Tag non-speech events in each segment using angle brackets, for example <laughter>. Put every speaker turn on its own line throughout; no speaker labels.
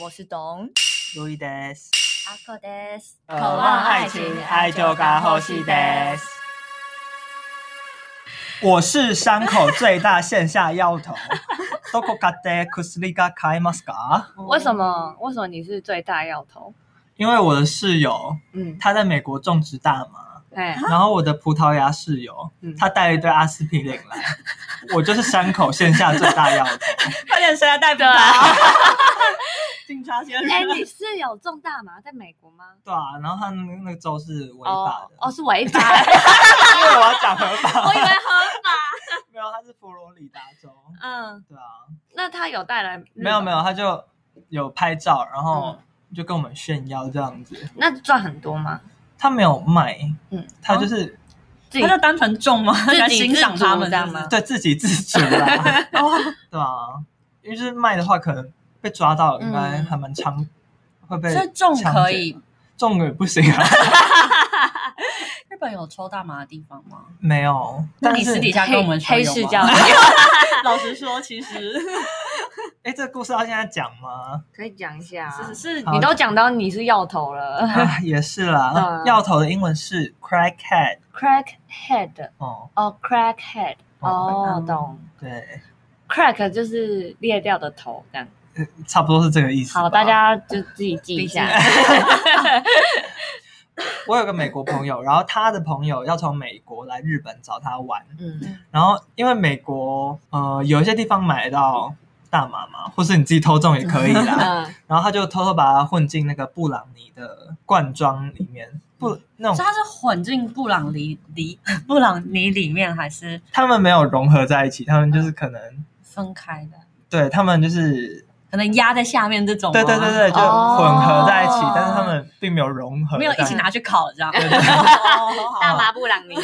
我是董
路易德斯，
阿克德斯，
渴望爱情，爱就该呼吸德。 <laughs> 我是山口最大线下药头， <laughs> どこかで薬が買えますか？
为什么？为什么你是最大要头？
因为我的室友
嗯，
他在美国种植大麻， <laughs>
哎，
然后我的葡萄牙室友
嗯
他带了一堆阿司匹林来，我就是山口线下最大 <laughs> 药头。
快点，谁来代表
对
他？警察先生。
哎，你是有种大麻在美国吗？
对啊，然后他那那个州是违法
哦
的，
哦，是违法的，
<laughs> 因为我要讲合法，
我以为合法。
没有，他是佛罗里达州。
嗯，
对啊，
那他有带来？
没有没。有，他就有拍照，然后就跟我们炫耀这样子。
那赚很多吗？
他没有卖，
嗯，
他就是
自己
他就单纯种吗？
己
在欣赏他们
自足这
是
样
不
吗
是？
对自给自足啦，对啊，因为就是卖的话，可能被抓到应该还蛮长，会被
所以种可以
强。中了也不行啊， <laughs>
日本有抽大麻的地方吗？
没有。
那
但
你私
是
底下跟我们说
黑
有吗
市教育
<laughs> 老实说，
<laughs>
其实
哎，这个故事要现在讲
<laughs>
吗？
可以讲一下啊。
是是
好
你都讲到你是药头了
啊，也是啦。
嗯
药头的英文是 crackhead，
，crackhead
哦，
哦，crackhead 哦，
嗯
懂。
对，
crack 就是裂掉的头，这样。
差不多是这个意思吧。
好，大家就自己记一下。
我有个美国朋友，然后他的朋友要从美国来日本找他玩，
嗯，
然后因为美国呃有一些地方买到大麻嘛，或是你自己偷种也可以
<laughs>
啦，
嗯，
然后他就偷偷把它混进那个布朗尼的罐装里面，不那
所
种
以它是混进布朗尼里 <laughs> 布朗尼里面，还是
他们没有融合在一起，他们就是可能
分开的？
对他们就是
可能压在下面这种吗？
对对对对就
哦
混合在一起，但是他们并没有融合，
没有一起拿去烤，这样。
对。对对
<laughs>
大麻布朗尼。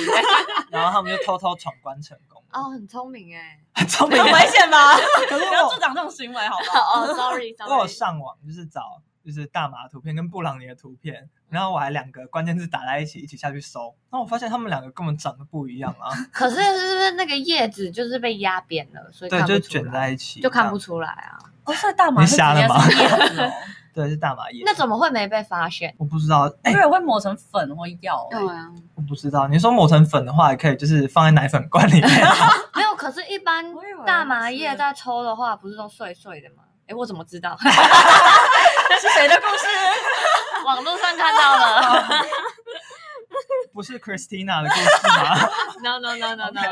然后他们就偷偷闯关成功，
哦，很聪明哎。
很 <laughs> 聪明啊
很。危险吧？
可是
<laughs> 不要
我
助长这种行为，好不好？
哦，sorry
<laughs> 我有
sorry。
上网就是找就是大麻图片跟布朗尼的图片，然后我还两个关键字打在一起，一起下去搜，然后我发现他们两个根本长得不一样
<laughs>
啊，
可是是不是那个叶子就是被压扁了，所以
对，
看
就
不
卷
出
在
来，
一起，
就看不出来啊？
哦，所以大麻
你
是直
瞎了
接
吗
是叶子
<laughs>
哦，
这样。对，是大麻叶。
那怎么会没被发现？
我不知道，哎、
因为会磨成粉或药欸。
啊，
我不知道。你说磨成粉的话，也可以就是放在奶粉罐
<laughs>
里面。
没有。可是，一般
我以为
大麻叶
是
在抽的话，不是都碎碎的吗？哎，我怎么知 <laughs> 道？
这是谁的故事？
网络上看到 <laughs> 了。
不是 Christina 的故事吗？
No no no no no，
OK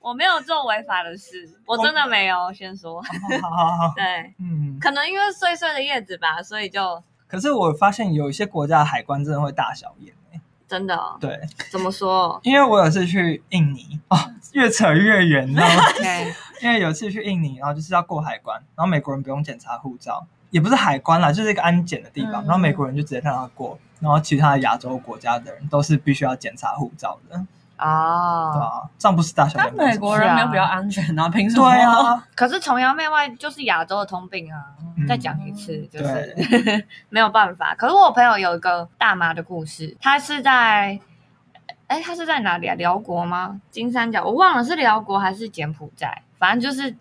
我没有做违法的事，我真的没有。先说，
好好好，
对，
嗯。
可能因为碎碎的叶子吧，所以就
可是我发现有一些国家的海关真的会大小眼、欸。
真的哦
对，
怎么说
因为我有次去印尼哦，越扯越远，你知道吗？
？OK，
因为有一次去印尼，然后就是要过海关，然后美国人不用检查护照，也不是海关啦，就是一个安检的地方，
嗯
然后美国人就直接让他过，然后其他的亚洲国家的人都是必须要检查护照的，
啊哦，
对啊，这样不是大小
那
眼吗
美国人没有比较安全啊？凭什么？
对，啊，
可是崇洋媚外就是亚洲的通病啊。
嗯
再讲一次，就
对
是没有办法。可是我朋友有一个大麻的故事，他是在，哎，他是在哪里啊？辽国吗？金三角？我忘了是辽国还是柬埔寨，反正就是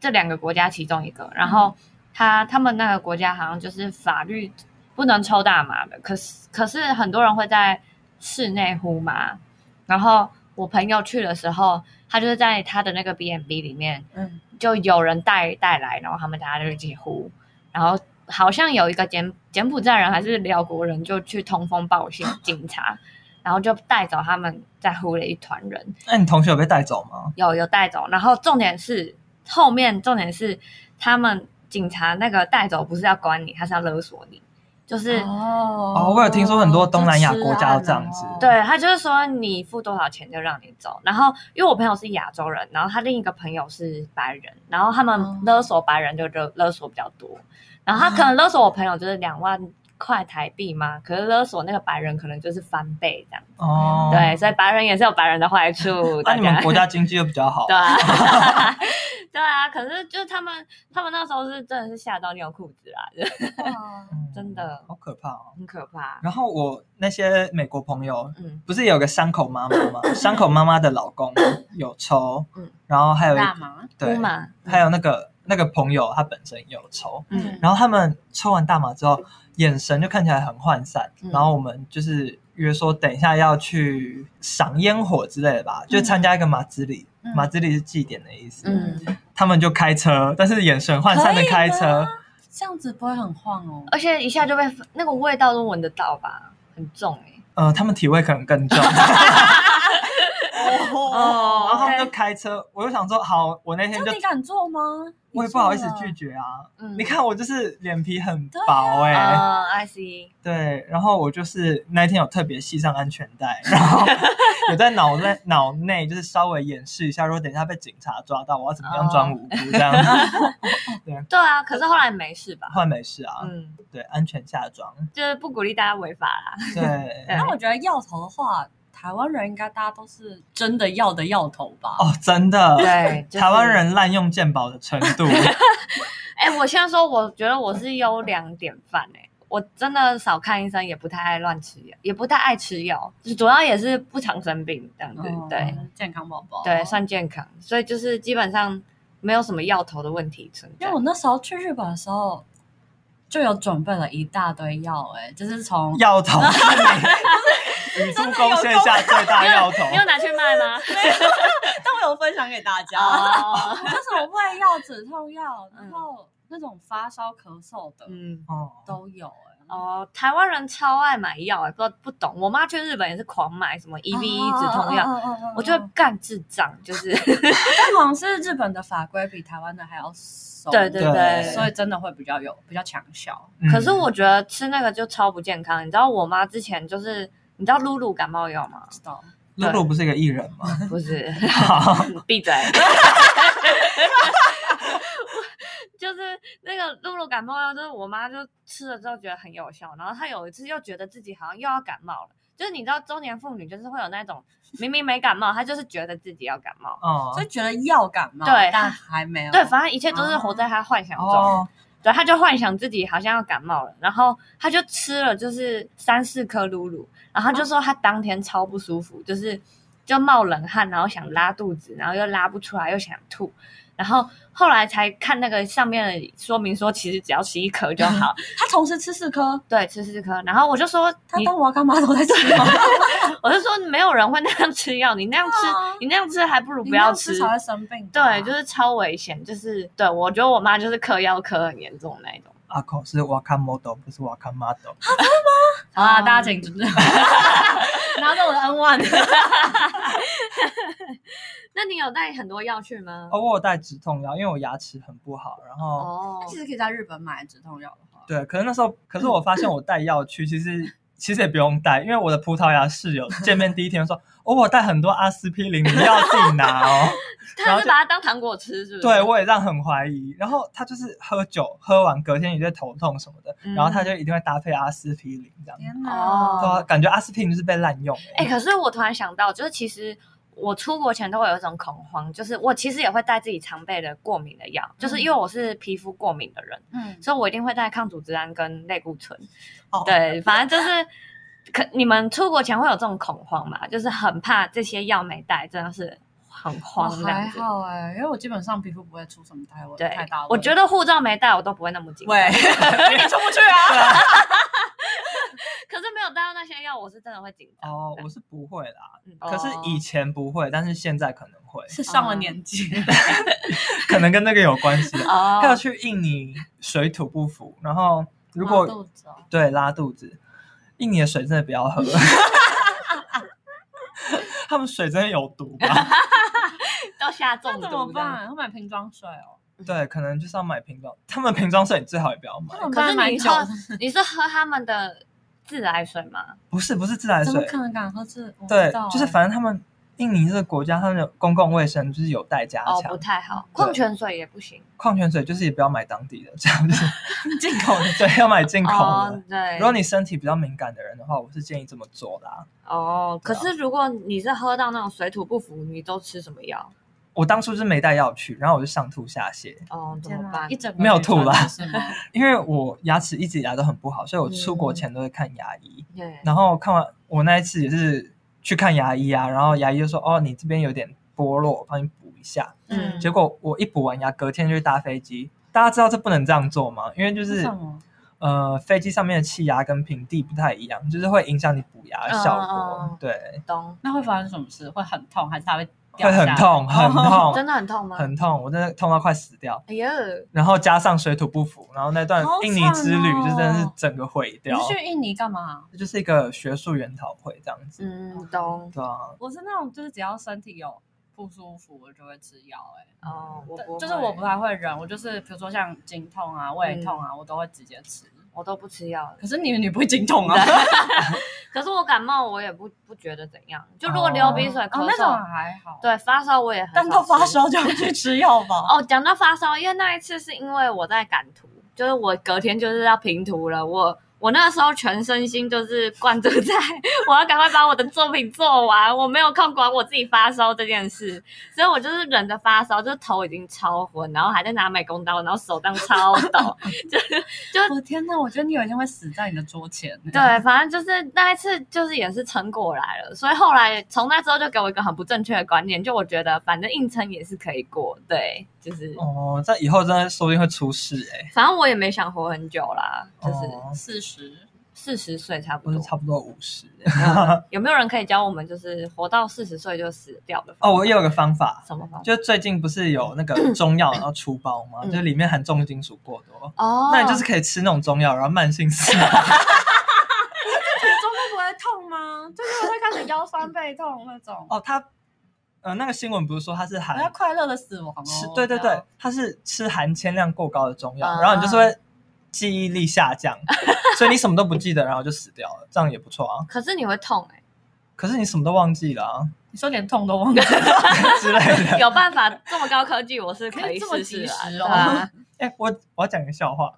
这两个国家其中一个。然后他他们那个国家好像就是法律不能抽大麻的，可是可是很多人会在室内呼麻。然后我朋友去的时候，他就是在他的那个 B M B 里面，
嗯，
就有人带带来，然后他们大家就一起呼，然后好像有一个柬柬埔寨人还是辽国人就去通风报信警察， <laughs> 然后就带走他们在呼的一团人，
那你同学有被带走吗？
有有带走，然后重点是后面重点是他们警察那个带走不是要关你，他是要勒索你，就是。
哦
哦我有听说很多东南亚国家都这样子
对他就是啊说你付多少钱就让你走，然后因为我朋友是亚洲人，然后他另一个朋友是白人，然后他
哦
们勒索白人就勒勒索比较多，然后
啊
他可能勒索我朋友就是两万块台币嘛，可是勒索那个白人可能就是翻倍这样，
哦，
对，，所以白人也是有白人的坏处，
那
大
你
家
们国家经济又比较好
对，啊， <laughs> 对啊，可是就是他们他们那时候是真的是吓到尿裤子啦，就是
嗯
真的
好可怕哦。
<laughs> 很可怕，
然后我那些美国朋友，
嗯，
不是有个山口妈妈吗？山口妈妈的老公有抽
嗯，
然后还有一
大麻，
对
哭嘛，
还有那个那个朋友他本身也有抽，
嗯
然后他们抽完大麻之后，眼神就看起来很涣散。
嗯
然后我们就是约说，等一下要去赏烟火之类的吧，就参加一个马子礼。
嗯
马子礼是祭典的意思。
嗯，
他们就开车，但是眼神涣散的开车
可以。吗这样子不会很晃哦。
而且一下就被那个味道都闻得到吧，很重哎、
呃，他们体味可能更
<laughs>
重。 <laughs>
哦
哦然后他们就开车，我就想说，好，我那
这
天就
样你敢做吗？
我也
你
不
做
好意思
了
拒。绝啊。
嗯
你看我就是脸皮很
对啊
薄哎、
嗯，I see，
对，然后我就是那一天有特别系上安全带，
<laughs>
然后有在脑内脑内就是稍微掩饰一下，如果等一下被警察抓到，我要怎么样
哦
装无辜这样子。 <laughs>
对啊，可是后来没事吧？
后来没事啊，
嗯，
对，安全下
<laughs>
装。
就是不鼓励大家违法啦。 <laughs>
对，
那我觉得药头的话，台湾人应该大家都是真的药的药头吧？
哦，真的，
对就是
台湾人滥用健保的程
<laughs>
度，
哎、我现在说，我觉得我是优良典范哎、我真的少看医生，也不太爱乱吃药，也不太爱吃药，主要也是不常生病这样子。
嗯
对，
健康宝
哦
宝。
对，算健康，所以就是基本上没有什么药头的问题存在
因为。我那时候去日本的时候，就有准备了一大堆药，哎，就是从
药头是你，宇宙贡献下最大药
<laughs>
头
你。有拿去卖吗？
<laughs> 但我有分享给大家 <laughs>
哦，
那种胃药、止痛药，
嗯
然后那种发烧、咳嗽的
<laughs> 嗯，
哦，
都有哎、
哦，台湾人超爱买药、欸，不知道不懂。我妈去日本也是狂买什么 EVE E 止痛药，
嗯，嗯嗯嗯嗯
我觉得干智障，就是
但好像是日本的法规比台湾的还要松，
对对对。
对
所以真的会比较有比较强效。
嗯
可是我觉得吃那个就超不健康。你知道我妈之前就是，你知道露露感冒药吗？
知道
露露不是一个艺人
<laughs>
吗？
不是，
好
闭嘴。 <laughs> 就是那个露露感冒药，就是我妈就吃了之后觉得很有效，然后她有一次又觉得自己好像又要感冒了。就是你知道中年妇女就是会有那种明明没感冒，她就是觉得自己要感冒。
哦
所以觉得药感冒，
对
但还没
<laughs>
有
对，反正一切都是活在她幻想中。
哦，
对，她就幻想自己好像要感冒了，然后她就吃了就是三四颗露露，然后她就说她当天超不舒服，就是就冒冷汗，然后想拉肚子，然后又拉不出来，又想吐，然后后来才看那个上面的说明说，其实只要吃一颗就好，
他同时吃四颗，
对，吃四颗。然后我就说
他
你，
当我要干嘛都在吃吗？
我就说没有人会那样吃药，你那样吃，
对啊
你那样吃还 <laughs> 不如
你
不要
那样吃才会生病吧。
对，就是超危险，就是对我觉得我妈就是嗑药嗑很严重的那一种。
阿口是 Waka Model，不是 Waka Model。
好
啊
啦，大家请拿着我的 N one。
<laughs> 那你有带很多药去吗？
哦，我有带止痛药，因为我牙齿很不好。然后、
哦
<laughs> 其实可以在日本买止痛药的话，
对，可是那时候，可是我发现我带药去，其实其实也不用带，因为我的葡萄牙室友见面第一天说，哦，我带很多阿司匹林，你们要自己拿
<laughs>
哦。然
他
后
是
就
把它当糖果吃，是不是？
对，我也让很怀疑。然后他就是喝酒，喝完隔天也在头痛什么的，然后他就一定会搭配阿司匹林这样。
嗯天
哦
哪！
对啊，感觉阿司匹林就是被滥用、欸。
哎、可是我突然想到，就是其实我出国前都会有一种恐慌，就是我其实也会带自己常备的过敏的药，就是因为我是皮肤过敏的人，
嗯，
所以我一定会带抗组织胺跟类固醇。
哦，
对，反正就是。可你们出国前会有这种恐慌吗？就是很怕这些药没带，真的是很
我
慌这
哦还
样子。
好哎，因为我基本上皮肤不会出什么太问
对
太大，
我
问题。
觉得护照没带我都不会那么紧张，
<laughs> 喂，你出不去啊！
<laughs> 可是没有带到那些药，我是真的会紧张。
哦，我是不会啦，
嗯
可
哦
是以前不会，但是现在可能会，
是上了年 <laughs> 纪，
可能跟那个有关系。
哦
还有去印尼水土不服，然后如
<laughs> 拉肚
果
子哦
对拉肚子，印尼的水真的不要
<laughs>
喝，他们水真的有毒
<laughs>
吧？
都下中
那
毒
怎么
这样？
办？要买瓶装水哦。
对，可能就是要买瓶装，他们瓶装水你最好也不要买
那，怎么
可
办
是
买
你
酒
喝，你是喝他们的自来水吗？
不是不是自来
怎么
水，
可能敢喝这？我不
对
知道，
就是
哎
反正他们印尼这个国家，他们的公共卫生就是有待加
哦，不
强，
太好，
对
矿泉水也不行。
矿泉水就是也不要买当地的，这样子
<laughs> 进口的。
对，要买进口
哦
的。，
对
如。果你身体比较敏感的人的话，我是建议这么做的啊。
哦，可
对啊
是如果你是喝到那种水土不服，你都吃什么药？
我当初是没带药去，然后我就上吐下泻，
哦，怎
天
么
哪，
办
一？整个
没有吐啦 <laughs>
旅程都是吗
因为我牙齿一直以来都很不好，所以我出
嗯
国前都会看牙医。
对，
然后看完我那一次也是去看牙医啊，然后牙医就说：“哦，你这边有点剥落，我帮你补一下。
嗯
结果我一补完牙，隔天就去搭飞机。大家知道这不能这样做吗？因为就是是
什么？
呃，飞机上面的气压跟平地不太一样，就是会影响你补牙的效果。
嗯嗯嗯
对，
懂，
那会发生什么事？会很痛，还是它会掉
会
下来哦
很？
<laughs>
痛，很痛，
真的很痛吗？
<laughs> 很痛，我真的痛到快死掉。
哎呀，
然后加上水土不服，然后那段
好
印尼之旅
惨哦
就真的是整个毁
你
掉。
是去印尼干嘛？
这就是一个学术研讨会这样子，
嗯，懂。
对啊，
我是那种就是只要身体有不舒服，我就会吃药、欸。
哦，我不
就是我不
会，
太会忍，我就是比如说像经痛啊、胃痛啊，我都会直接吃。
我都不吃药的。
可是你你不会经痛啊？ <laughs>
可是我感冒我也不不觉得怎样，就如果流鼻水、
哦
咳
那种
嗽，
还好。，
对发烧我也很，
但到发。烧就要去吃药吧。
哦，讲到发烧，因为那一次是因为我在赶图，就是我隔天就是要平图了，我我那时候全身心就是灌注在我要赶快把我的作品做完，我没有空管我自己发烧这件事，所以我就是忍着发烧，就是头已经超昏，然后还在拿美工刀，然后手这样超抖，就是就是
我的天哪！我觉得你有一天会死在你的桌前。
对，反正就是那一次，就是也是成果来了，所以后来从那之后就给我一个很不正确的观念，就我觉得反正硬撑也是可以过，对，就是、
哦，这以后真的说不定会出事哎、
反正我也没想活很久啦，就是
哦
四十，
四十岁差不
我
多
是。差不多五十。
有没有人可以教我们，就是活到四十岁就死掉的方
哦，
法？
我也有个方法，
什么方法？
就最近不是有那个中药然后出包吗？
嗯
就里面含重金属过多，
哦，
那你就是可以吃那种中药，然后慢性死
<laughs>
亡。
中间不会痛吗？就是会开始腰酸背痛那种。
哦，它呃那个新闻不是说它是
我要
含
快乐的死亡哦。
吃对对
这
对
样，，
它是吃含铅量过高的中药，
啊
然后你就是会记忆力下
<laughs>
降，所以你什么都不记得，然后就死掉了，这样也不错啊。
可是你会痛哎、
可是你什么都忘记了啊
你说连痛都忘记了，
之类的。
<laughs> 有办法这么高科技，我是可以
这么
试
及
试啊，
时
对
哦
啊，
哎、我我要讲一个笑话，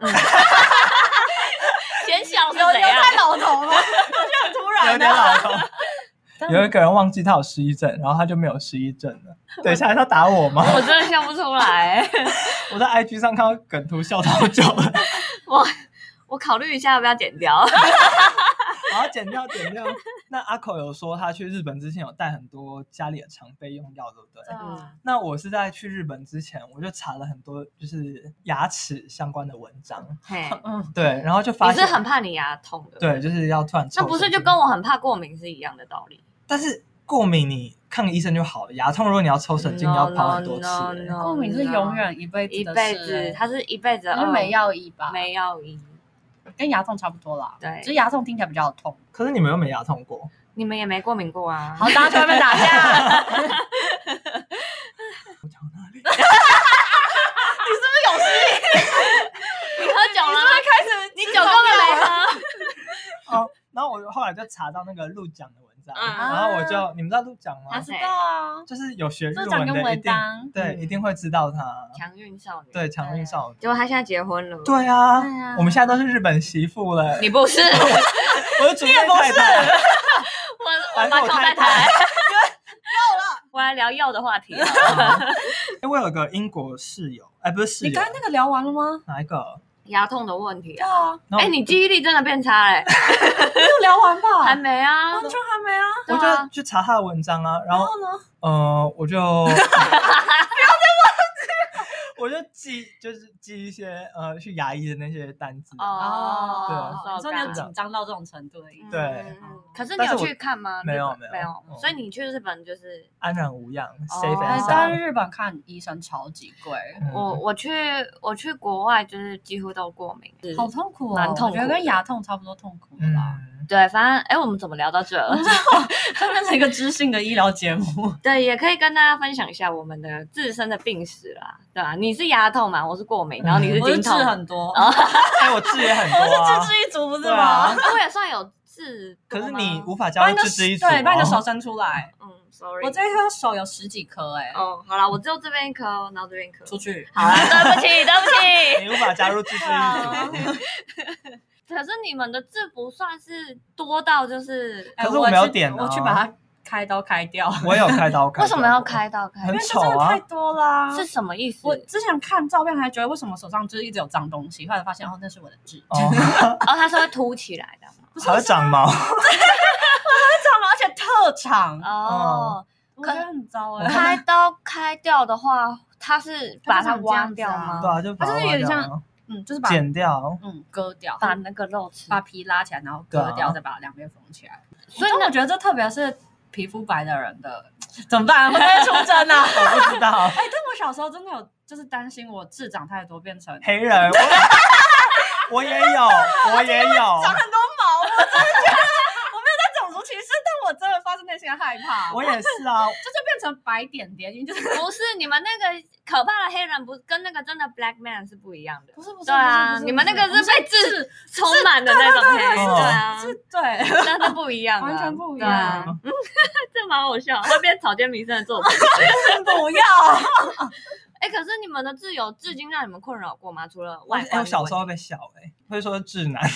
显小是
有 <laughs>
怎
点
样？
太老头了，我觉得很突
有
然
点
的。
老头。有一个人忘记他有失忆症，然后他就没有失忆症
<laughs>
了。等一下，他打我吗？ <laughs>
我真的笑不出来、 <laughs>
我在 IG 上看到梗图笑到 <laughs> 久了，
我我考虑一下要不要剪掉。
然后剪掉剪掉。那阿口有说他去日本之前有带很多家里的常备用药，对不对？
嗯
那我是在去日本之前，我就查了很多就是牙齿相关的文章，
嘿，
嗯，
对，然后就发
你
现
是很怕你牙痛的，，
对，就是要突然
那
抽
不是
神
就
经
跟我很怕过敏是一样的道理。
但是过敏你看个医生就好了，牙痛如果你要抽神经，你要跑很多次、
No, no, no,
欸
no.
过敏是永远一辈子
一
的
辈
事欸
子，它是一辈子，嗯
因为没药医吧，
没药医。
跟牙痛差不多啦。
对
只是牙痛听起来比较痛。
可是你们又没牙痛过，
你们也没过敏过啊
好，？大家去外面打架。
你喝酒了吗？开始，你酒根本没喝。
哦，然后我后来就查到那个陆讲的文章，
嗯
然后我就你们知道陆讲吗
他
<laughs> 我？
是
知
<laughs>
道啊，
就是有学日
这讲
文
跟
的一
文
定
章。
对、
嗯
一定会知道他，
强啊运少女。
对强运少女。
结果她现在结婚了。，
对啊，
对啊
我们现在都是日本媳妇了。
你不是我，
我是主业太太，
我把口袋
还是我太
抬。我来聊药的话题了。
<laughs>
啊
<laughs> 因为我有个英国室友，哎，不是室
你
友
刚，才那个聊完了吗？
哪一个？
牙痛的问题啊。
啊，
然后
哎，你记忆力真的变差嘞？
又聊完吧？
还没啊？
完全还没啊。
我
对啊
就去查他的文章啊，然
然
后
后呢？
呃，我就不要再 <laughs> 我就记就是记一些呃去牙医的那些单子。
哦，
你说你有紧张到这种程度而已。
啊对
嗯嗯可是你
但是
有
我
去看吗？
没有
日本没
没有嗯
所以你去日本就是
安然无恙
哦
，safe
哎
and
但是
sound。
日本看医生超级贵，
嗯
我我去我去国外就是几乎都过敏，
好痛苦哦，
蛮痛苦
我觉得跟牙痛差不多痛苦的
嗯
啦。
嗯
对，反正哎，我们怎么聊到这了？ <laughs>
这变成一个知性的医疗节目。
对，也可以跟大家分享一下我们的自身的病史啦，对吧、你是牙痛嘛，我是过敏，然后你是
我是
经
治
痛，哦
很多，
哎，我痣也很
我
多啊
是自。治一族，不是
对
吗
啊？
我也算有治多
可
吗。
是你无法加
把你
入
的
自制一组
对，把你的手
哦。
伸出来。
嗯，sorry，
我这一颗手有十几颗哎、
哦，好啦，我只有这边一颗，哦然后这边一颗。
出去。
好啊啦，对不起，对不起。
你无法加入自
<laughs>
制一
嗯
组，
<laughs> 可是你们的痣不算是多到就是，
哎
可是
我
我没有
去
点啊
我去把它开刀开掉，
我有开刀开。
为什么要？开到开
因
很
为
到？
这真的
丑啊
太多啦。
是什么意思？
我之前看照片还觉得为什么手上就是一直有脏东西，后来发现哦那是我的痣， <laughs>
哦，
哦，它是会凸起来的啊吗。
还会长毛。
啊长了而且特长。
哦，
我觉得很糟
嗯
哎、
开刀开掉的话，它是把它挖掉吗？
<laughs> 对啊，就把
它就是
挖
有点
掉
像
啊
<laughs> 嗯，就是把
剪掉。
嗯割掉，
把那个肉吃
把皮拉起来，然后
对
割
啊
掉，再把两边缝起来。
所以
但我觉得这特别是皮肤白的人的怎么办？会不会出征啊？
我不知道
哎、 <laughs> 但我小时候真的有就是担心我痣长太多变成
黑人，哦我我也有，我也有，
<laughs> 长很多毛，我真的觉得我没有在种族歧视，但我真的发自内心的害怕，
我
就
也是
<laughs>
啊。
是变成白点点，因为就是
不是你们那个可怕的黑人，不是跟那个真的 black man 是不一样的。
不是不是
对啊，你们那个是被痣充满的那种黑人，
对对
对啊，
是 <laughs> 对。
真的不一样啊，
完全不一
对啊 <laughs>
样，
这蛮好笑，会变草间弥生的作品。
不要，
<laughs> 哎，可是你们的自由至今让你们困扰过吗？除了外
哎，
观，
我小时候，被笑哎，会说智男，
哎，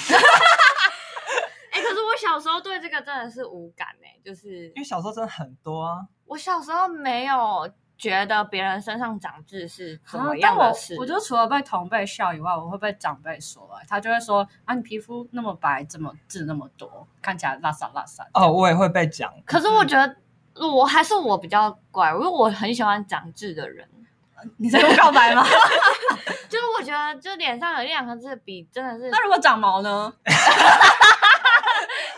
可是我小时候对这个真的是无感哎，就是
因为小时候真的很多啊。
我小时候没有觉得别人身上长痣是怎么
啊但
样
我
的事，
我就除了被同辈笑以外，我会被长辈说、哎他就会说啊，你皮肤那么白，怎么痣那么多，看起来拉撒拉
<laughs>
撒。
哦，我也会被讲，
可是我觉得我还是我比较怪，因为我很喜欢长痣的人。
你在跟我告白吗？
<laughs> 就是我觉得，就脸上有一两颗痣，比真的是 <laughs>
<laughs> 那如果长毛呢？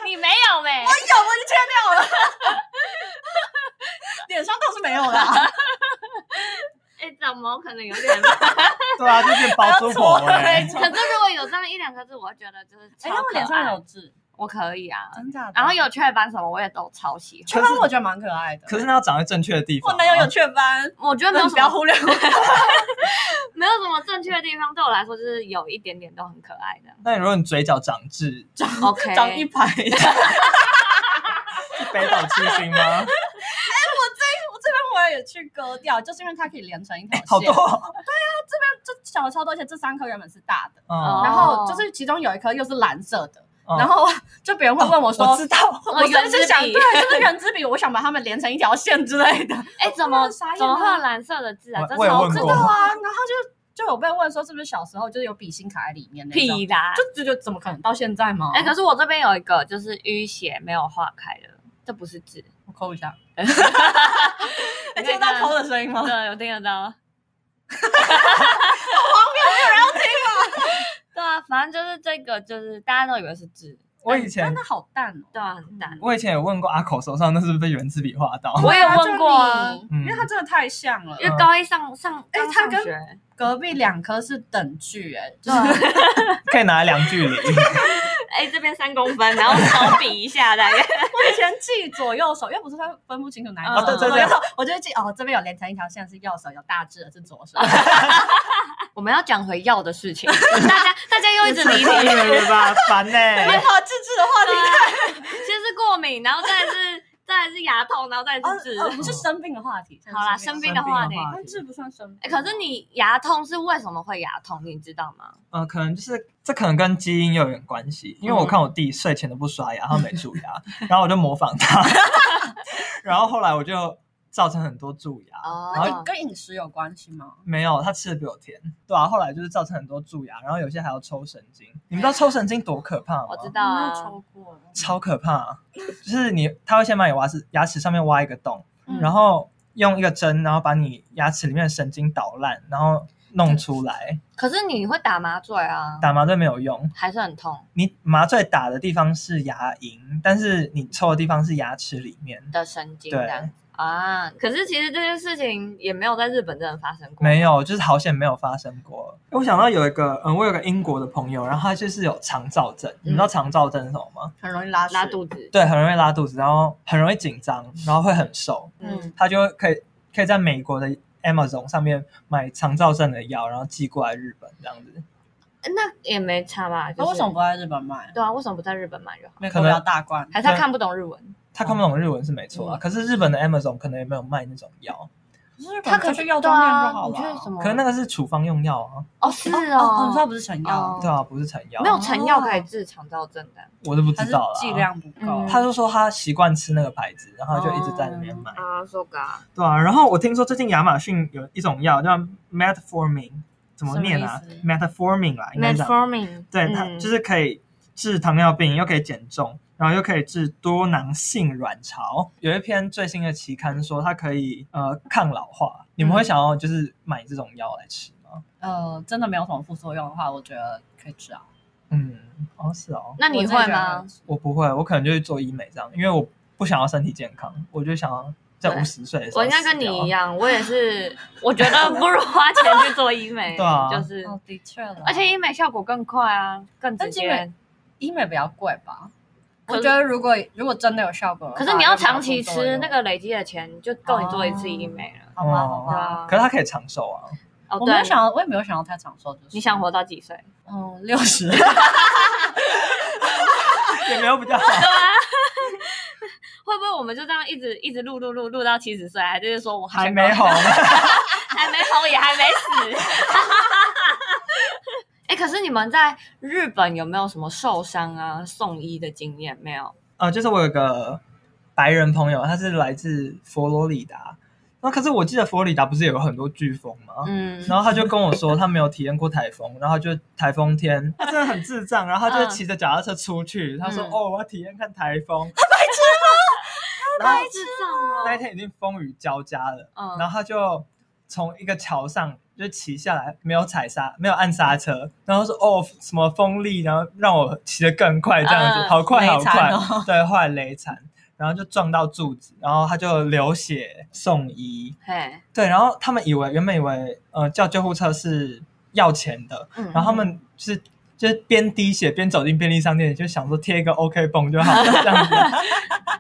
你没有呗、
有，我就切掉了。 <laughs> 脸上倒是没有啦，
哎、长毛可能有点 <laughs> 慢，
对啊，就是包租婆
还
哎
要。
可是如果有这样一两颗痣，我会觉得就是超可
哎，
爱。
他们脸上有痣，
我可以啊，
真假的？
然后有雀斑什么，我也都超喜欢。
雀斑，我觉得蛮可爱的。
可是那要长在正确的地方
<laughs> 我
哦
啊。
男友有雀斑，
我觉得没有
那
什
不要
么
忽略我。
没有什么正确的地方，对我来说就是有一点点都很可 <laughs> 爱的。
那如果你嘴角长痣，
OK，
长一排，我这
是北斗七星
<laughs> 啊
吗？
边我也去割掉，就是因为它可以连成一条线。
好多哦。
这小的超多，而且这三颗原本是大的，
哦
嗯
然后就是其中有一颗又是蓝色的，
嗯
然后 <laughs> 就别人会问
哦
我说，
我知道，
我是不是想
哦原子笔
对，是不是原子笔？我想把它们连成一条线之类的。
哎、怎么
我 <laughs> 傻眼了
怎么会有蓝色的痣啊？
我
这
我也
超
问
酷
知
过
道啊，然后就就有被问说是不是小时候就是有笔芯卡在里面那种，
屁啦！
就就就怎么可能到现在吗？
哎、可是我这边有一个就是淤血没有化开的，这不是痣。
我抠
<laughs>
一下， <laughs>
哎
哎，听得到抠的声音吗？
哦对，我听得到。 <laughs> <laughs> 好荒谬，没有人要听啊！对啊，反正就是这个，就是大家都以为是痣，
我以前
真的好淡哦。
对啊，很淡。
我以前有问过阿口手上那是不是被原子笔画到？
嗯我也问过啊
就是
嗯
你因为它真的太像了。
因为高一上上，
哎
刚
他
上
跟
学
隔壁两颗是等距，哎，就
对
是
啊，
可以拿来量距离。
哎这边三公分，然后手比一下大概。
我以前记左右手，因为不是他分不清楚哪一
哦
只
对对
左
啊对
右手，我就会记哦，这边有连成一条线是右手，有大致的是左
<laughs>
<laughs>
手。
<laughs> 我们要讲回药的事情，大家大家又一直离题，
<laughs> 对
<laughs>
吧？烦欸呢、
好，自制
<laughs>
的话
先是过敏，然后再是再来是牙痛，然后再来是
题，哦，
痣。
不是生病的话题。
好啦，生
哦生
病
病
的
的
话
话
呢
题？
但治不算生
哎，
病。
可是你牙痛是为什么会牙痛，你知道吗？
呃，可能就是这可能跟基因也有点关系，因为
嗯
我看我弟睡前都不刷牙，他没蛀牙，然后我就模仿他， <laughs> 然后后来我就造成很多蛀牙。然
哦
后
跟饮食有关系吗？
嗯
没有，他吃的比我甜，对啊，后来就是造成很多蛀牙，然后有些还要抽神经。你们知道抽神经多可怕吗？
我知
我
道啊
哦没有抽过。
超可怕、啊就是你他会先把你牙齿牙齿上面挖一个洞，
嗯
然后用一个针，然后把你牙齿里面的神经捣烂，然后弄出来。
可是你会打麻醉啊，
打麻醉没有用，
还是很痛
你麻醉打的地方是牙龈，但是你抽的地方是牙齿里面。
的神经
对
这样子啊。可是其实这件事情也没有在日本真的发生过，
没有，就是好险没有发生过。我想到有一个，嗯，我有个英国的朋友，然后他就是有肠燥症，你
嗯
知道肠燥症是什么吗？
很容易拉
拉
屎，
肚子。
对，很容易拉肚子，然后很容易紧张，然后会很瘦。
嗯
嗯，
他就可以可以在美国的 Amazon 上面买肠燥症的药，然后寄过来日本这样子。
那也没差吧？就
那
是
为什么？不在日本卖？
对啊，为什么不在日本买就好？
美
可
国
能
比较大罐，
还是他看不懂日文？
他看不懂日文是没错啊，
嗯
可是日本的 Amazon 可能也没有卖那种药，
他可
可
能
是
去药妆店就好
对啊你
了
去。什么？
可能那个是处方用药啊，
哦是
哦，你说
哦，
不是成药
哦，
对啊，不是成药，
没有成药可以治肠燥症的
我都不
还
知
是
道
剂
啦。
量不够
嗯？
他就说他习惯吃那个牌子，然后就一直在那
哦
边买，
啊，说嘎，
对啊。然后我听说最近亚马逊有一种药叫 metformin，怎么念啊
什么意思
？metformin 啦，应
m
该
e t
讲
f o r m i n
对，它就是可以治糖尿病，又可以减重，然后又可以治多囊性卵巢。有一篇最新的期刊说它可以呃抗老化，你
嗯
们会想要就是买这种药来吃吗？
呃，真的没有什么副作用的话，我觉得可以吃啊。
嗯，哦是哦，
那你
我真的
会
觉得
吗？？
我不会，我可能就去做医美这样，因为我不想要身体健康，我就想要在
对
五十岁的时候。
我应该跟你一。样，我也 <laughs> 是，我觉得不如花钱去做医美，
<laughs> 对啊
就是，
哦，的确了，
而且医美效果更快啊，更直
但医美
接。
医美比较贵吧？
可
我
是
觉得如果如果真的有效果的话，
可是你要
又没有
长期
副作
吃，
用
那个累积的钱就够你做一次医美了。
好
哦
吧好
对
吧。
啊
可，是它可以长寿
<laughs>
啊，
哦，
我没
对
有，想要，我也没有想要太长寿，就是
你想活到几岁？
嗯六十，
也没有比较
<laughs>
好。
会不会我们就这样一直一直录录录录到七十岁，还就是说我
还
想
没好，
还没红也还没死。 <laughs> 哎、可是你们在日本有没有什么受伤啊、送医的经验？没有，
呃，就是我有个白人朋友，他是来自佛罗里达。那可是我记得佛罗里达不是有很多飓风吗？
嗯，
然后他就跟我说，他没有体验过台风，然后就台风天，他真的很智障。然后他就骑着脚踏车出去，他说：“
嗯
哦，我要体验看台风。”哦白痴哦然后
智障
那一天已经风雨交加了，
嗯
哦，
然后他就从一个桥上就骑下来，没有踩刹，没有按刹车，然后说哦什么风力，然后让我骑得更快，这样子，
嗯
好快好
雷
快，
惨
<laughs>
哦
对，后来雷惨，然后就撞到柱子，然后他就流血送医，
嘿，
对，然后他们以为原本以为呃叫救护车是要钱的，
嗯，
然后他们就是。就是边滴血边走进便利商店，就想说贴一个 OK 绷就好了这样
<laughs>
子，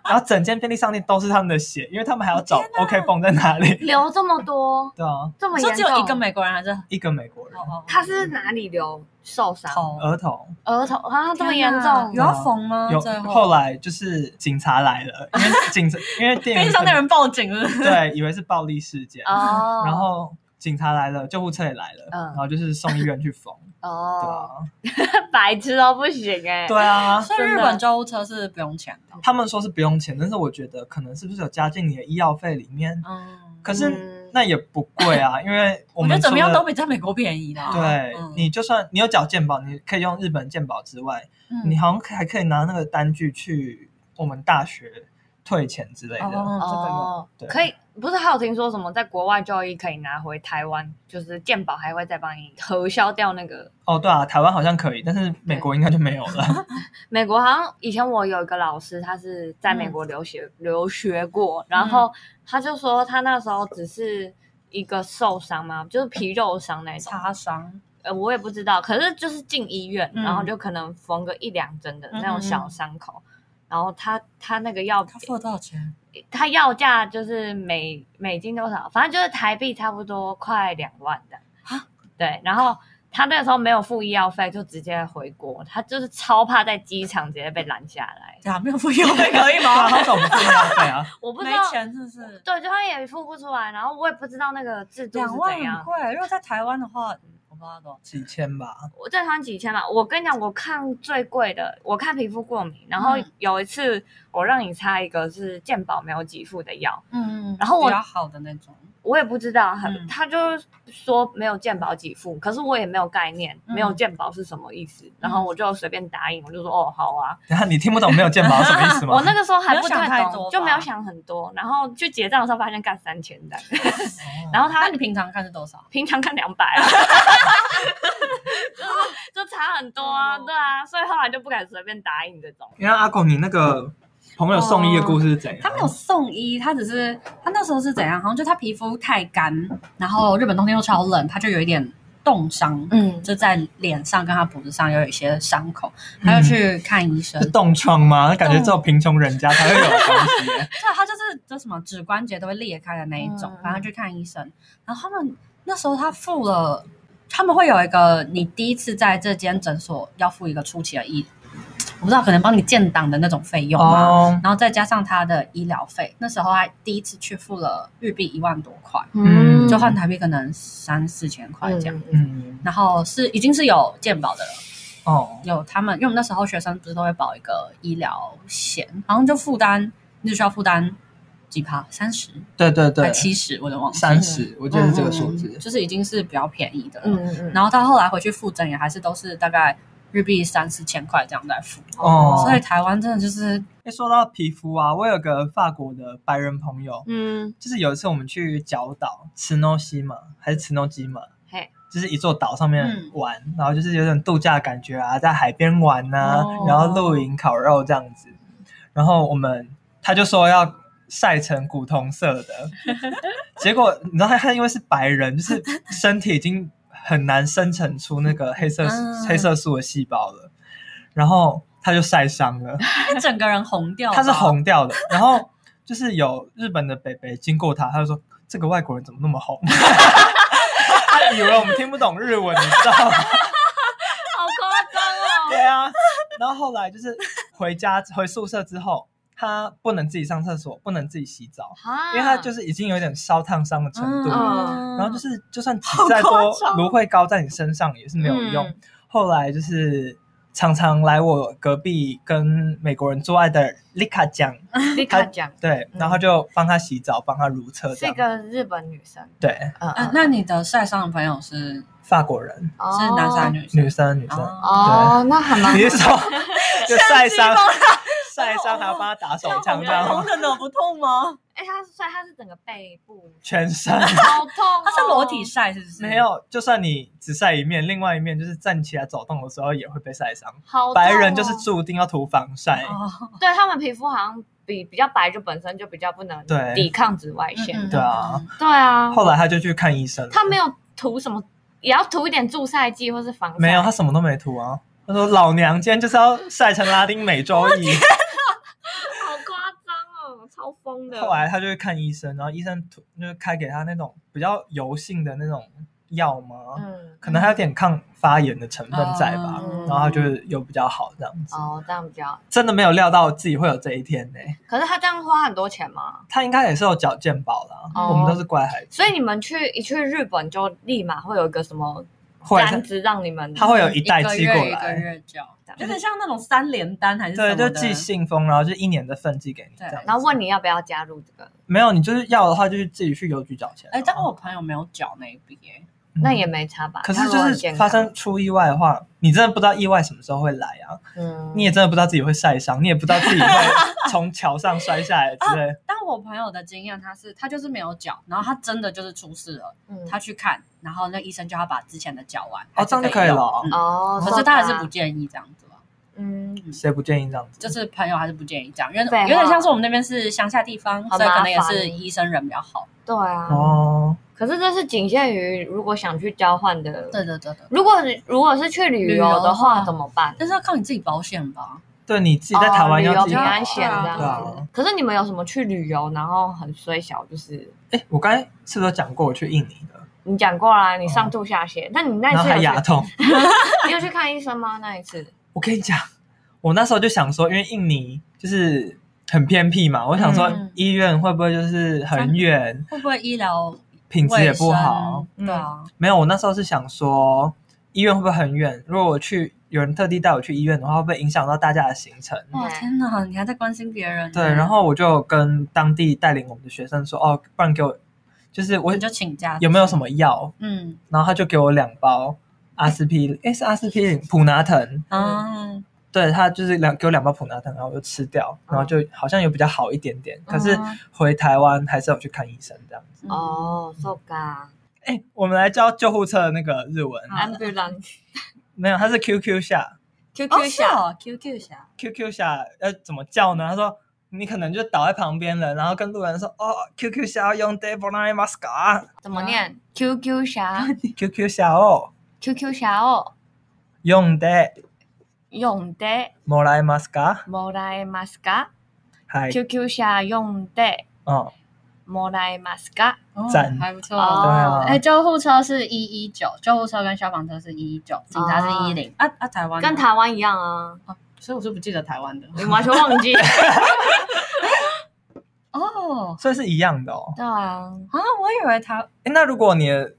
然后整间便利商店都是他们的血，因为他们还要找 OK 绷在哪里。
流这么多，
对啊，
这么
你
严
说
重，
只有一个美国人还是
一个美国人，
哦
他是哪里流受伤？
头
儿童
额头啊，这么
天
严
哪
重
有，
有要缝吗？
有
嗯最后
后来就是警察来了，
<laughs>
因为警察因为店
边
员
上的人报警了，
<laughs> 对以为是暴力事件，
哦，
然后警察来了，救护车也来了，
嗯
然后就是送医院去
<laughs>
缝，对
哦，
啊，
白痴都不行哎，
对啊。
所以日
真的
本救护车是不用钱的。
他们说是不用钱，但是我觉得可能是不是有加进你的医药费里面？
嗯，
嗯
可是那也不贵啊，因为我
我觉
们
得怎么样
说
都
的
比在美国便宜啦。
对
嗯，
你就算你有缴健保，你可以用日本健保之外，
嗯
你好像还可以拿那个单据去我们大学退钱之类的。
哦，这个有
哦，
对
可以，不是还有听说什么在国外就医可以拿回台湾，就是健保还会再帮你核销掉那个。
哦，对啊，台湾好像可以，但是美国应该就没有
<laughs>
了。
美国好像以前我有一个老师，他是在美国留学、
嗯
留学过，然后他就说他那时候只是一个受伤嘛，就是皮肉伤那种，
擦伤，
呃，我也不知道，可是就是进医院，
嗯
然后就可能缝个一两针的那
嗯嗯
种
嗯
小伤口，然后他他那个药
他付了多少钱？
他要价就是美美金多少，反正就是台币差不多快两万的
啊。
对，然后他那个时候没有付医药费，就直接回国。他就是超怕在机场直接被拦下来。
对啊，没有付医药费可以
对
<laughs>
啊，
吗？
他怎么不医药费啊？
我不知
没
道，
钱是不是？
对，就他也付不出来，然后我也不知道那个制度是
两万
怎
很
样。
贵，如果在台湾的话，嗯我不知道多少钱。
几千吧。
我在台湾几千吧，我跟你讲，我看最贵的，我看皮肤过敏，然后
嗯
有一次我让你擦一个是健保没有给付的药，
嗯
然后我
比较好的那种，
我也不知道，他、
嗯
他就说没有鉴宝给付，可是我也没有概念，
嗯
没有鉴宝是什么意思。然后我就随便答应，我就说哦好啊。
然后你听不懂没有健保什么意思吗？
哦
我那个时候还不
没有想
太
太多
懂，
吧哦
就没有想很多。然后去结账的时候发现干三千的，然
后
后
那
他
你平常看是多少？
平常看两百啊， <laughs> 就就差很多啊，
哦
对啊，所以后来就不敢随便答应这种。
你看阿狗，你那个朋友送医的故事是怎样？
他没有送医，他只是他那时候是怎样？好像就他皮肤太干，然后日本冬天又超冷，他就有一点冻伤，
嗯，
就在脸上跟他脖子上有一些伤口，他就去看医 <laughs> 生。
是冻疮吗？那感觉只有贫穷人家才会有的东西。
对，他就是就什么指关节都会裂开的那一种
嗯，
反正去看医生。然后他们那时候他付了，他们会有一个你第一次在这间诊所要付一个初期的医，我不知道可能帮你建档的那种费用嘛。
哦，
然后再加上他的医疗费，那时候他第一次去付了日币一万多块，
嗯
就换台币可能三四千块这样。
嗯嗯
嗯，
然后是已经是有健保的了，
哦，
有他们，因为我们那时候学生不是都会保一个医疗险，好像就负担，你只需要负担几趴，三十
对对
还
对，
七十，我都忘记嗯了
三，十，我记得是这个数字。
就是已经是比较便宜的了。
嗯嗯，
然后他后来回去复诊也还是都是大概日币三四千块这样在付。
哦
所以台湾真的就是
诶说到皮肤啊，我有个法国的白人朋友，
嗯，
就是有一次我们去角岛茨诺西嘛，还是茨诺基嘛，
嘿，
就是一座岛上面
嗯
玩，然后就是有点度假的感觉啊，在海边玩呐、
哦
然后露营、烤肉这样子。然后我们他就说要晒成古铜色
<laughs>
的，结果你知道他他因为是白人，就是身体已经很难生成出那个黑色、
<laughs> 嗯
黑色素的细胞了，然后他就晒伤了，
他哎整个人红掉，
他是，红掉的， <laughs> 然后就是有日本的北北经过他，他就说这个外国人怎么那么红？ <laughs> 他以为我们听不懂日文，你知道
<laughs>
吗？
好夸张哦。
对啊，然后后来就是回家回宿舍之后，他不能自己上厕所，不能自己洗澡，
啊
因为他就是已经有点烧烫伤的程度了。
哦
嗯
然后就是，就算挤再多芦荟膏在你身上也是没有用。
嗯
后来就是常常来我隔壁跟美国人做爱的丽卡酱，
立刻讲，
对，
嗯
然后就帮他洗澡，帮他如厕这
是一
样。
个日本女生，
对，
嗯，
啊
嗯，
那你的晒伤的朋友是
法国人，
哦
是男生还是女生？
女生，女生。
哦，那还蛮
你是说就晒伤
像鸡，
晒伤还要帮他打手枪这
红
样
红，的呢，不痛吗？
<laughs> 哎，他所以他是整个背部，
全身
好痛 <laughs> 哦，
他是裸体晒是不是？
没，有。就算你只晒一面，另外一面就是站起来走动的时候也会被晒伤。
好痛哦，
白人就是注定要涂防晒，
哦，
对他们皮肤好像比比较白，就本身就比较不能
对
抵抗紫外线。
嗯
对啊，
嗯
对啊，
后来他就去看医生了。
他没有涂什么，也要涂一点助晒剂或是防晒。
没有，他什么都没涂啊。他说：“老娘今天就是要晒成拉丁美洲裔。
好夸张哦，超疯”的。
后来他就去看医生，然后医生涂就是开给他那种比较油性的那种药嘛，
嗯，
可能还有点抗发炎的成分在吧。
嗯
哦
然后他就是有比较好这样子，
哦，这样比较。
真的没有料到自己会有这一天呢、
可是他这样花很多钱嘛，
他应该也是有矫健保啦，
哦
我们都是乖孩子，
所以你们去一去日本就立马会有一个什么
会
单子让你们
他会有一袋
个
寄
月
过
一个
来，
月交，有点像那种三连单还是什
对，
么
就
的
寄信封，然后就一年的份寄给你这
对
样子。
然后问你要不要加入这个，
没有，你就是要的话，就是自己去邮局找钱啊。
哎，但我朋友没有缴那一笔耶，
嗯
那也没差吧？
可
他
是
如
就
果很
是
健
发
康，
生出意外的话，你真的不知道意外什么时候会来啊！
嗯
你也真的不知道自己会晒伤，你也不知道自
<laughs>
己会从桥上摔下来之类。
但我朋友的经验，他是他就是没有缴，然后他真的就是出事了，
嗯
他去看，然后那医生叫他把之前的缴完，
哦这样就可以了哦
还是可以用
哦，
嗯可是他还是
说
不建议这样子啊，
嗯
<laughs> 谁不建议这样子？
就是朋友还是不建议这样，因为
废话
有点像是我们那边是乡下地方，
好
所以可能也
麻烦
是医生人比较好。
对啊，
哦，
可是这是仅限于如果想去交换的。
对对对对，
如果你如果是去旅游的
旅游的
话，
话
怎么办？
但是要靠你自己保险吧。
对，你自己在台
哦
湾
旅
要
游
自己
平
搞
安险
对
这样
啊
子。。可是你们有什么去旅游，然后很衰小，就是
哎，我刚才是不是有讲过我去印尼的，
你讲过啦，你上吐下泻。那你那一
嗯
次
然后还
有
牙
去
痛？
<laughs> 你有去看医生吗？那一次？
我跟你讲，我那时候就想说，因为印尼就是很偏僻嘛，我想说
嗯
医院会不会就是很远，
会不会医疗
品质也不好嗯
卫？生对啊，
没有，我那时候是想说，医院会不会很远？如果我去，有人特地带我去医院的话，会不会影响到大家的行程？
嗯
哇天哪，你还在关心别人呢？
对，然后我就跟当地带领我们的学生说，哦，不然给我，就是我
你就请假
有没有什么药？
嗯
然后他就给我两包阿司匹林，诶，是阿司匹林，普拿疼。
啊，
对他就是两给我两包普拿疼，然后我就吃掉，然后就好像有比较好一点点。可是
嗯
回台湾还是有去看医生这样子。
哦，
哦，so ga
哎，我们来教救护车的那个日文，
好
ambulance
没有，它是 QQ 下。
QQ
是
下
哦，QQ 侠，
QQ 侠要怎么叫呢？他说你可能就倒在旁边了，然后跟路人说哦，QQ 侠要用 d e v o n a m a s c a
怎么念？QQ
<laughs>
侠
q q 侠哦，
，QQ 侠哦，
用 de
用的
もらえますか？
もらえますか
はい，
？QQ 侠用的
哦，
もらえますか？
哦
赞
还不错。
哦
对啊
哎、，救护车是一一九，救护车跟消防车是一一九，警察是一零、啊啊，台湾呢
跟，台湾一样啊，
所以我就不记得台湾的
你完全忘 <laughs> 记。
哦
所以是一样的哦。
对啊，
啊，我以为台，
诶那如果你的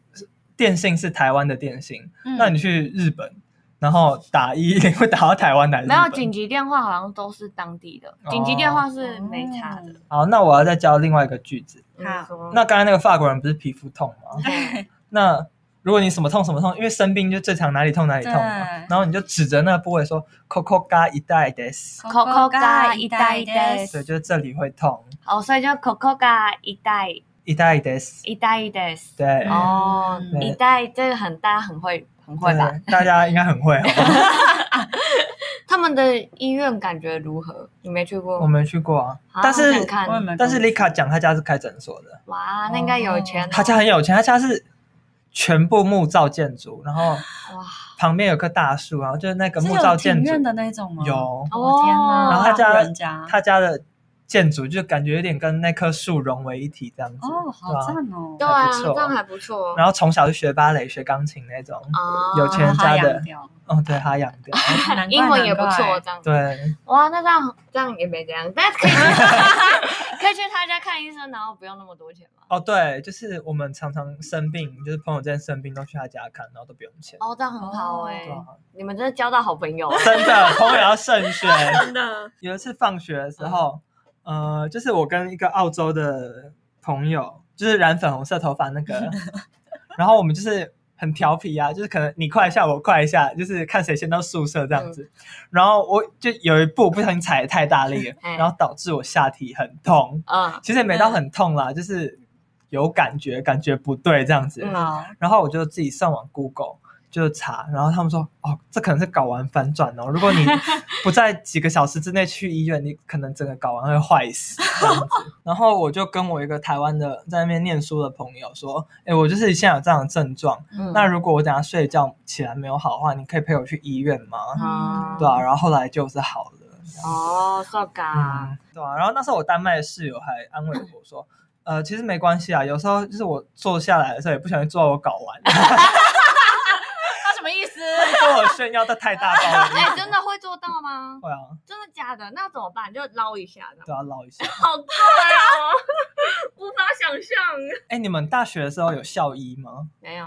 电信是台湾的电信，
嗯
那你去日本，然后打一 <laughs> 零会打到台湾来？
没有紧。急电话，好像都是当地的，紧急电话是没差的。
好，那我要再教另外一个句子。
你
<laughs> 好
嗯说嗯
嗯 <laughs>
那刚才那个法国人不是皮肤痛吗？
嘿
那如果你什么痛什么痛，因为生病就最常哪里痛哪里痛嘛，
嗯
对
然后你就指着那个部位说 “coco ga i d a i des”，
Coco ga idai
对，
des
就是这里会痛
哦，所以就 coco ga 一代
i d a i des，
一代一 des
对，
哦，
嗯
一代这个很大很会很会吧？
对？大家应该很会，哦
<laughs>
好吧
他们的医院感觉如何？你没去过
我？没去过啊
啊，
但是
我想看
我也没
但是
跟
丽卡讲她家是开诊所的，
哇，那应该有钱哦。
她家很有钱，她家是全部木造建筑，然后
哇
旁边有棵大树，然后就是那个
是
木
有
造
庭
建筑
院的那种吗？
有，
哦天哪！
然后
他家
老人家
他家的建筑就感觉有点跟那棵树融为一体这样子，
哦，
对
好
啊
赞哦！
对啊，
还不错
这样还不错。
然后从小就学芭蕾、学钢琴那种，
哦
啊，
有钱人家的
把它
<laughs>
养掉
哦，对他养的，
难怪
英文也不
难
错，
怪
这样
对，
哇，那这样这样也没这样，但可以
<laughs>
去可以去他家看医生，然后不用那么多钱吗？
哦对，就是我们常常生病，就是朋友之间生病都去他家看，然后都不用钱，
哦，这样很好哎、
对啊
你们真的交到好朋友，
真的，朋友要慎选。
真的。
有一次放学的时候，呃，就是我跟一个澳洲的朋友，就是染粉红色头发那
<laughs>
个，然后我们就是很调皮啊，就是可能你快一下，我快一下，就是看谁先到宿舍这样子。
嗯
然后我就有一步不小心踩得太大力了，
<laughs> 哎
然后导致我下体很痛，
嗯，
其实也没到很痛啦，就是有感觉，感觉不对这样子。
嗯
好，
然后我就自己上网 Google 就查，然后他们说哦，这可能是睾丸反转哦，如果
<laughs>
你不在几个小时之内去医院，你可能整个睾丸会坏
<laughs>
死这样子。然后我就跟我一个台湾的在那边念书的朋友说，哎，我就是现在有这样的症状，
嗯
那如果我等下睡觉起来没有好的话，你可以陪我去医院吗？
嗯
对啊，然后后来就是好了。
哦，so ga，
嗯，对啊。然后那时候我丹麦的室友还安慰我说：“呃，其实没关系啊，有时候就是我坐下来的时候也不小心坐到我睾丸，
他什么意思？
<laughs> 跟我炫耀的太大包了。”
哎、真的会做到吗？
会啊，
真的假的？那怎么办？就捞一下这样。
都要捞一下。
好痛哦，无法想象。
哎，你们大学的时候有校医吗？
没有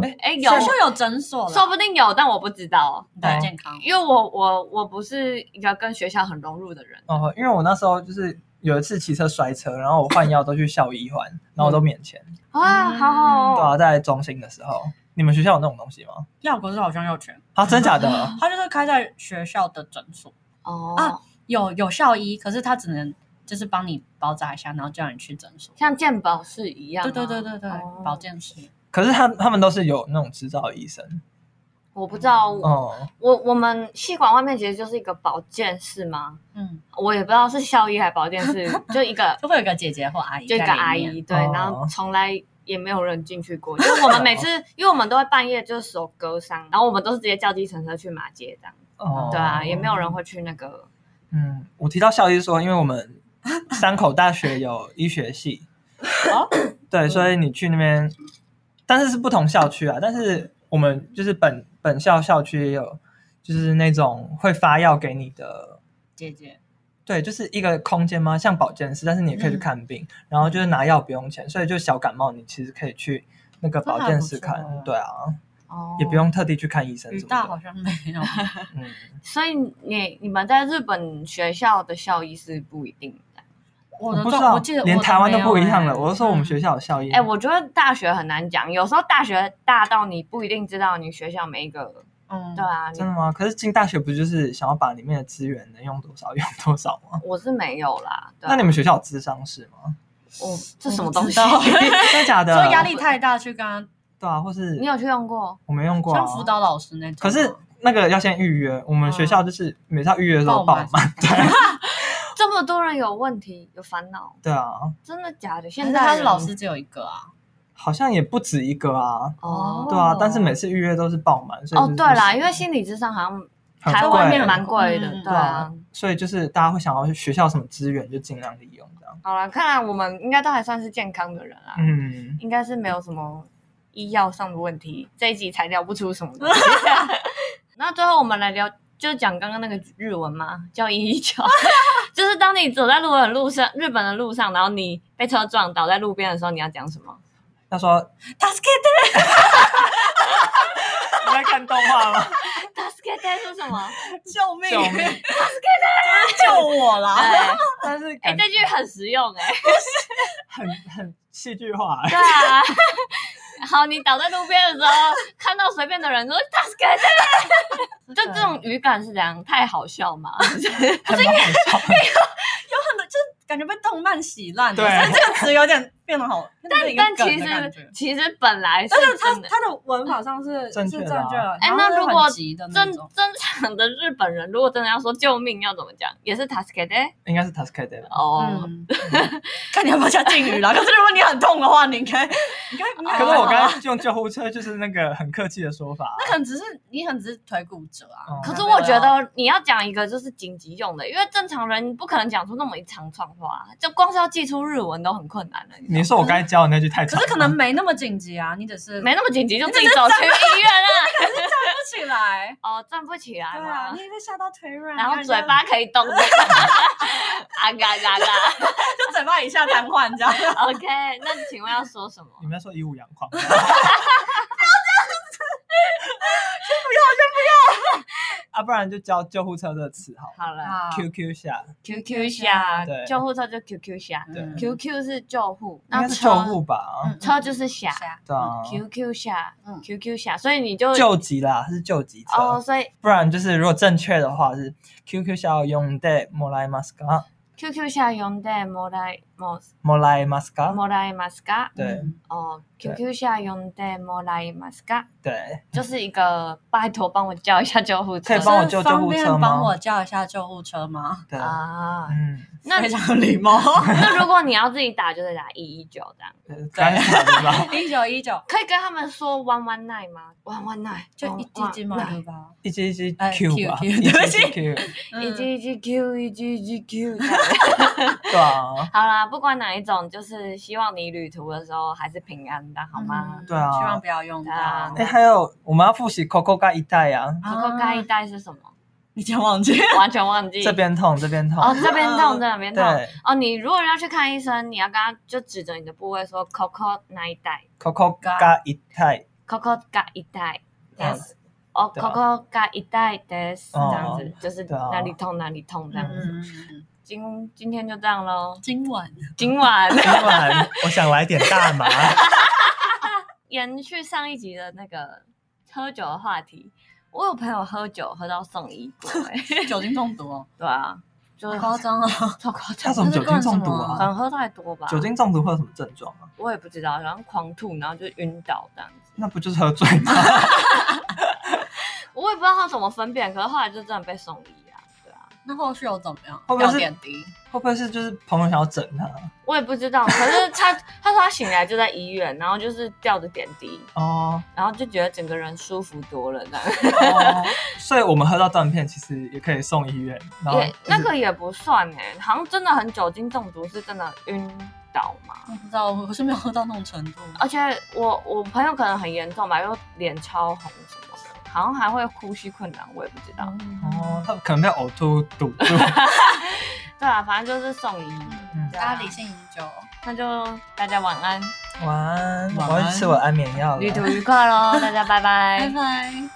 哎、
哎
哎、有
学，校有诊所
说
了，
不定有，但我不知道，
你的健康
因为我我我不是一个跟学校很融入的人。
哦，因为我那时候就是有一次骑车摔车，然后我换药都去校医换，然后都免钱。
嗯哇，好好、哦。
对啊，在中心的时候，你们学校有那种东西吗？
药国是好像有权，
啊，真假的？
他就是开在学校的诊所，
哦、
啊有有校医，可是他只能就是帮你包扎一下，然后叫你去诊所。
像鉴宝是一样、
对对对，对对
哦，
保健室。
可是他他们都是有那种执照的医生。
我不知道，
哦，
我我们系馆外面其实就是一个保健室吗？
嗯，
我也不知道是校医还是保健
<laughs>
室，就一个
就会有个姐姐或阿姨，
就一个阿姨，，对，
哦哦
然后从来。也没有人进去过，就是我们
<laughs>
每次，因为我们都会半夜就是手割伤，然后我们都是直接叫计程车去马街这样，
哦，
对啊，也没有人会去那个，
嗯，我提到校医说，因为我们山口大学有医学系，
哦
对，所以你去那边，但是是不同校区啊。但是我们就是本本校校区也有，就是那种会发药给你的，
姐姐，
对，就是一个空间吗？像保健室，但是你也可以去看病，
嗯
然后就是拿药不用钱，所以就小感冒你其实可以去那个保健室看
这还不错啊，
对啊，
哦
也不。用特地去看医生
于
什
大
么
好
的。
像没有，
嗯，
所以你你们在日本学校的校医是不一定的，
我
我
的
不
状
知道
我记得，
连
我的
台湾都
没有
不一样了。
欸
我就说我们
嗯
学校有校医，
哎、我觉得大学很难讲，有时候大学大到你不一定知道你学校每一个，
嗯
对啊，你
真的吗？可是进大学不就是想要把里面的资源能用多少用多少吗？
我是没有啦。对啊
那你们学校有智商室吗？
我这什么东西？
我不知道
<laughs> 真的假
啊
的？
说压力太大去跟他，
对啊，或
<laughs>
是
你有去用过？
我没用过、啊
像。辅导老师那种，
可是那个要先预约，我们学校就是每次要预约的时候爆
爆满
满。对啊
这么多人有问题有烦恼，
<laughs> 对啊，
真的假的？
可
现
是
在
他
人
老师只有一个 <laughs> 啊，
好像也不止一个啊。
哦
对啊，但是每次预约都是爆满，所以
哦
就是
对啦，因为心理智商好像
很
台
外
湾
贵
面很
蛮贵的，
嗯
对啊。
所以就是大家会想要学校什么资源就尽量利用这样。
好了，看来我们应该都还算是健康的人啦，
嗯，
应该是没有什么医药上的问题，这一集才聊不出什么东
<laughs>
西。那最后我们来聊，就讲刚刚那个日文嘛，叫一一九， <laughs> 就是当你走在路的路上，日本的路上，然后你被车撞倒在路边的时候，你要讲什
<laughs>
么？
他说
他是 K
你在看动画吗？ <laughs>
助けて是什么？
的，救命，
救命！
<laughs>
救我啦！ <laughs>
哎，
但是
<laughs> 哎
感觉
这句很实用哎、 <laughs>
很很戏剧化欸。
对啊，
<laughs>
好，你倒在路边的时候，看到随便的人说“助けて”，就这种语感是怎样？太好笑
<laughs>
嘛？
还蛮好笑的。
有很多就是感觉被动漫洗烂了，
对
所以这个词有点变得好，但
但其 <laughs> 实其实本来是
但是它
真的。
它的文法上是
正确
是
的啊
正确的，
哎
然后
那
是
如果
很急的那
正
种，
正常的日本人，如果真的要说救命，要怎么讲？也是 t a s k e t
应该是 t a s k a
<laughs>
d e
哦，
嗯， <laughs> 看你要不要加敬语啦。可是如果你很痛的话，你应该你应该应
可
该
是我
还好
刚
啊
才用救护车就是那个很客气的说法
那可能只是你可能只是腿骨折啊
哦。
可是我觉得你要讲一个就是紧急用的，因为正常人不可能讲出那么一长串话，就光是要记出日文都很困难了。你知道吗
你说我刚才教的那句太
可
长了，
是可能没那么紧急啊，你只是
没那么紧急，就自己
<laughs>
走去医院啊。
站不起来。
哦，站不起来
<laughs> 对
嘛
啊，你，也被吓到腿软，
然后
人
嘴
家
巴可以 <laughs> 动的。啊嘎嘎 <laughs> 嘎
就嘴巴一下瘫痪这样。
，OK。那请问要说什么？
你们在说以武扬狂， <laughs> 啊，不然就教救护车这个词好
好
了
了
<laughs>
<laughs> 啊
，QQ 下，
，QQ 下
对
救护车就 QQ 下
对
嗯
，QQ 是救护，
应
那
该是
车嗯
救护吧？啊
嗯
车就是下
下
对啊，
，QQ 下
嗯
，QQ 下，所以你就
救急啦，是救急
哦，
车，
所以
不然就是如果正确的话是 QQ 下用でもらえますか？
QQ 下用でもらいも
もらえますか？
もらいますか？
嗯对
嗯
哦，QQ 下用でもらいますか？
对，
就是一个拜托帮我叫一下救护车
可以帮我救救
方
护车
便帮
吗
我？叫一下救护车吗？
对，
啊。
嗯，
那
非常有礼 <laughs> 貌。
那如果你要自己打，就是打一一九这样。
呃刚才讲的吧，
一九一九，
可以跟他们说 one one night 吗？one one 哦 night
就一
滴
滴金嘛，对吧？
一只
<laughs>
一只
哎
Q 吧，
Q，Q，
一只一
对不
只
起
Q，
一
嗯
滴一滴 Q 一滴一滴 <laughs> Q。
对啊，
好啦，不管哪一种，就是希望你旅途的时候还是平安的，好吗
嗯
对啊
希望不要用到。
啊
哎，还有我们要复习 Coco 跟一代啊，
可可盖一带是什么？
你竟然忘记？
完全忘记。
这边痛这边痛，
哦，这边痛，这边痛。
对
哦，你如果要去看医生，你要跟他就指着你的部位说 “coco 那一带
Coco 跟一代，
，coco 嘎一带
嗯
this”，哦
对啊
，coco 嘎一带 this，这
哦
样子就是
对啊
哪里痛哪里痛这样子。
嗯，
今今天就这样喽，
今晚
今晚 <laughs>
今晚我想来点大麻，
延续上一集的那个喝酒的话题，我有朋友喝酒喝到送医
<laughs>
过、欸，
酒精中毒哦，
对啊，就是
夸张啊！
超夸
他
张
怎，么酒精中毒
那是干什么
可
啊？
能喝太多吧，
酒精中毒会有什么症状啊？
我也不知道，然后狂吐，然后就晕倒这样子。
那不就是喝醉
<laughs>
吗？
我也不知道他怎么分辨，可是后来就真的被送医啊，对啊，
那后续又怎么样？
会不会
掉
是
点滴？
会不会是就是朋友想要整他？
我也不知道，可
<laughs>
是他他说他醒来就在医院，然后就是吊着点滴，
哦，
然后就觉得整个人舒服多了这样。 <laughs>
哦所以我们喝到断片其实也可以送医院，然后
也
哦就
那
是
个也不算哎、好像真的很酒精中毒是真的晕倒嘛。
我不知道，我是没有喝到那种程度。
而且我我朋友可能很严重吧，又脸超红什么的，好像还会呼吸困难，我也不知道。
嗯
哦，他可能被呕吐堵
<laughs>
住，
对啊，反正就是送医。
嗯
对
大
啊
家理性饮酒，
那就大家晚安，
晚安，
晚安
我要去吃我的安眠药了。
旅途愉快喽，大家拜拜
拜拜。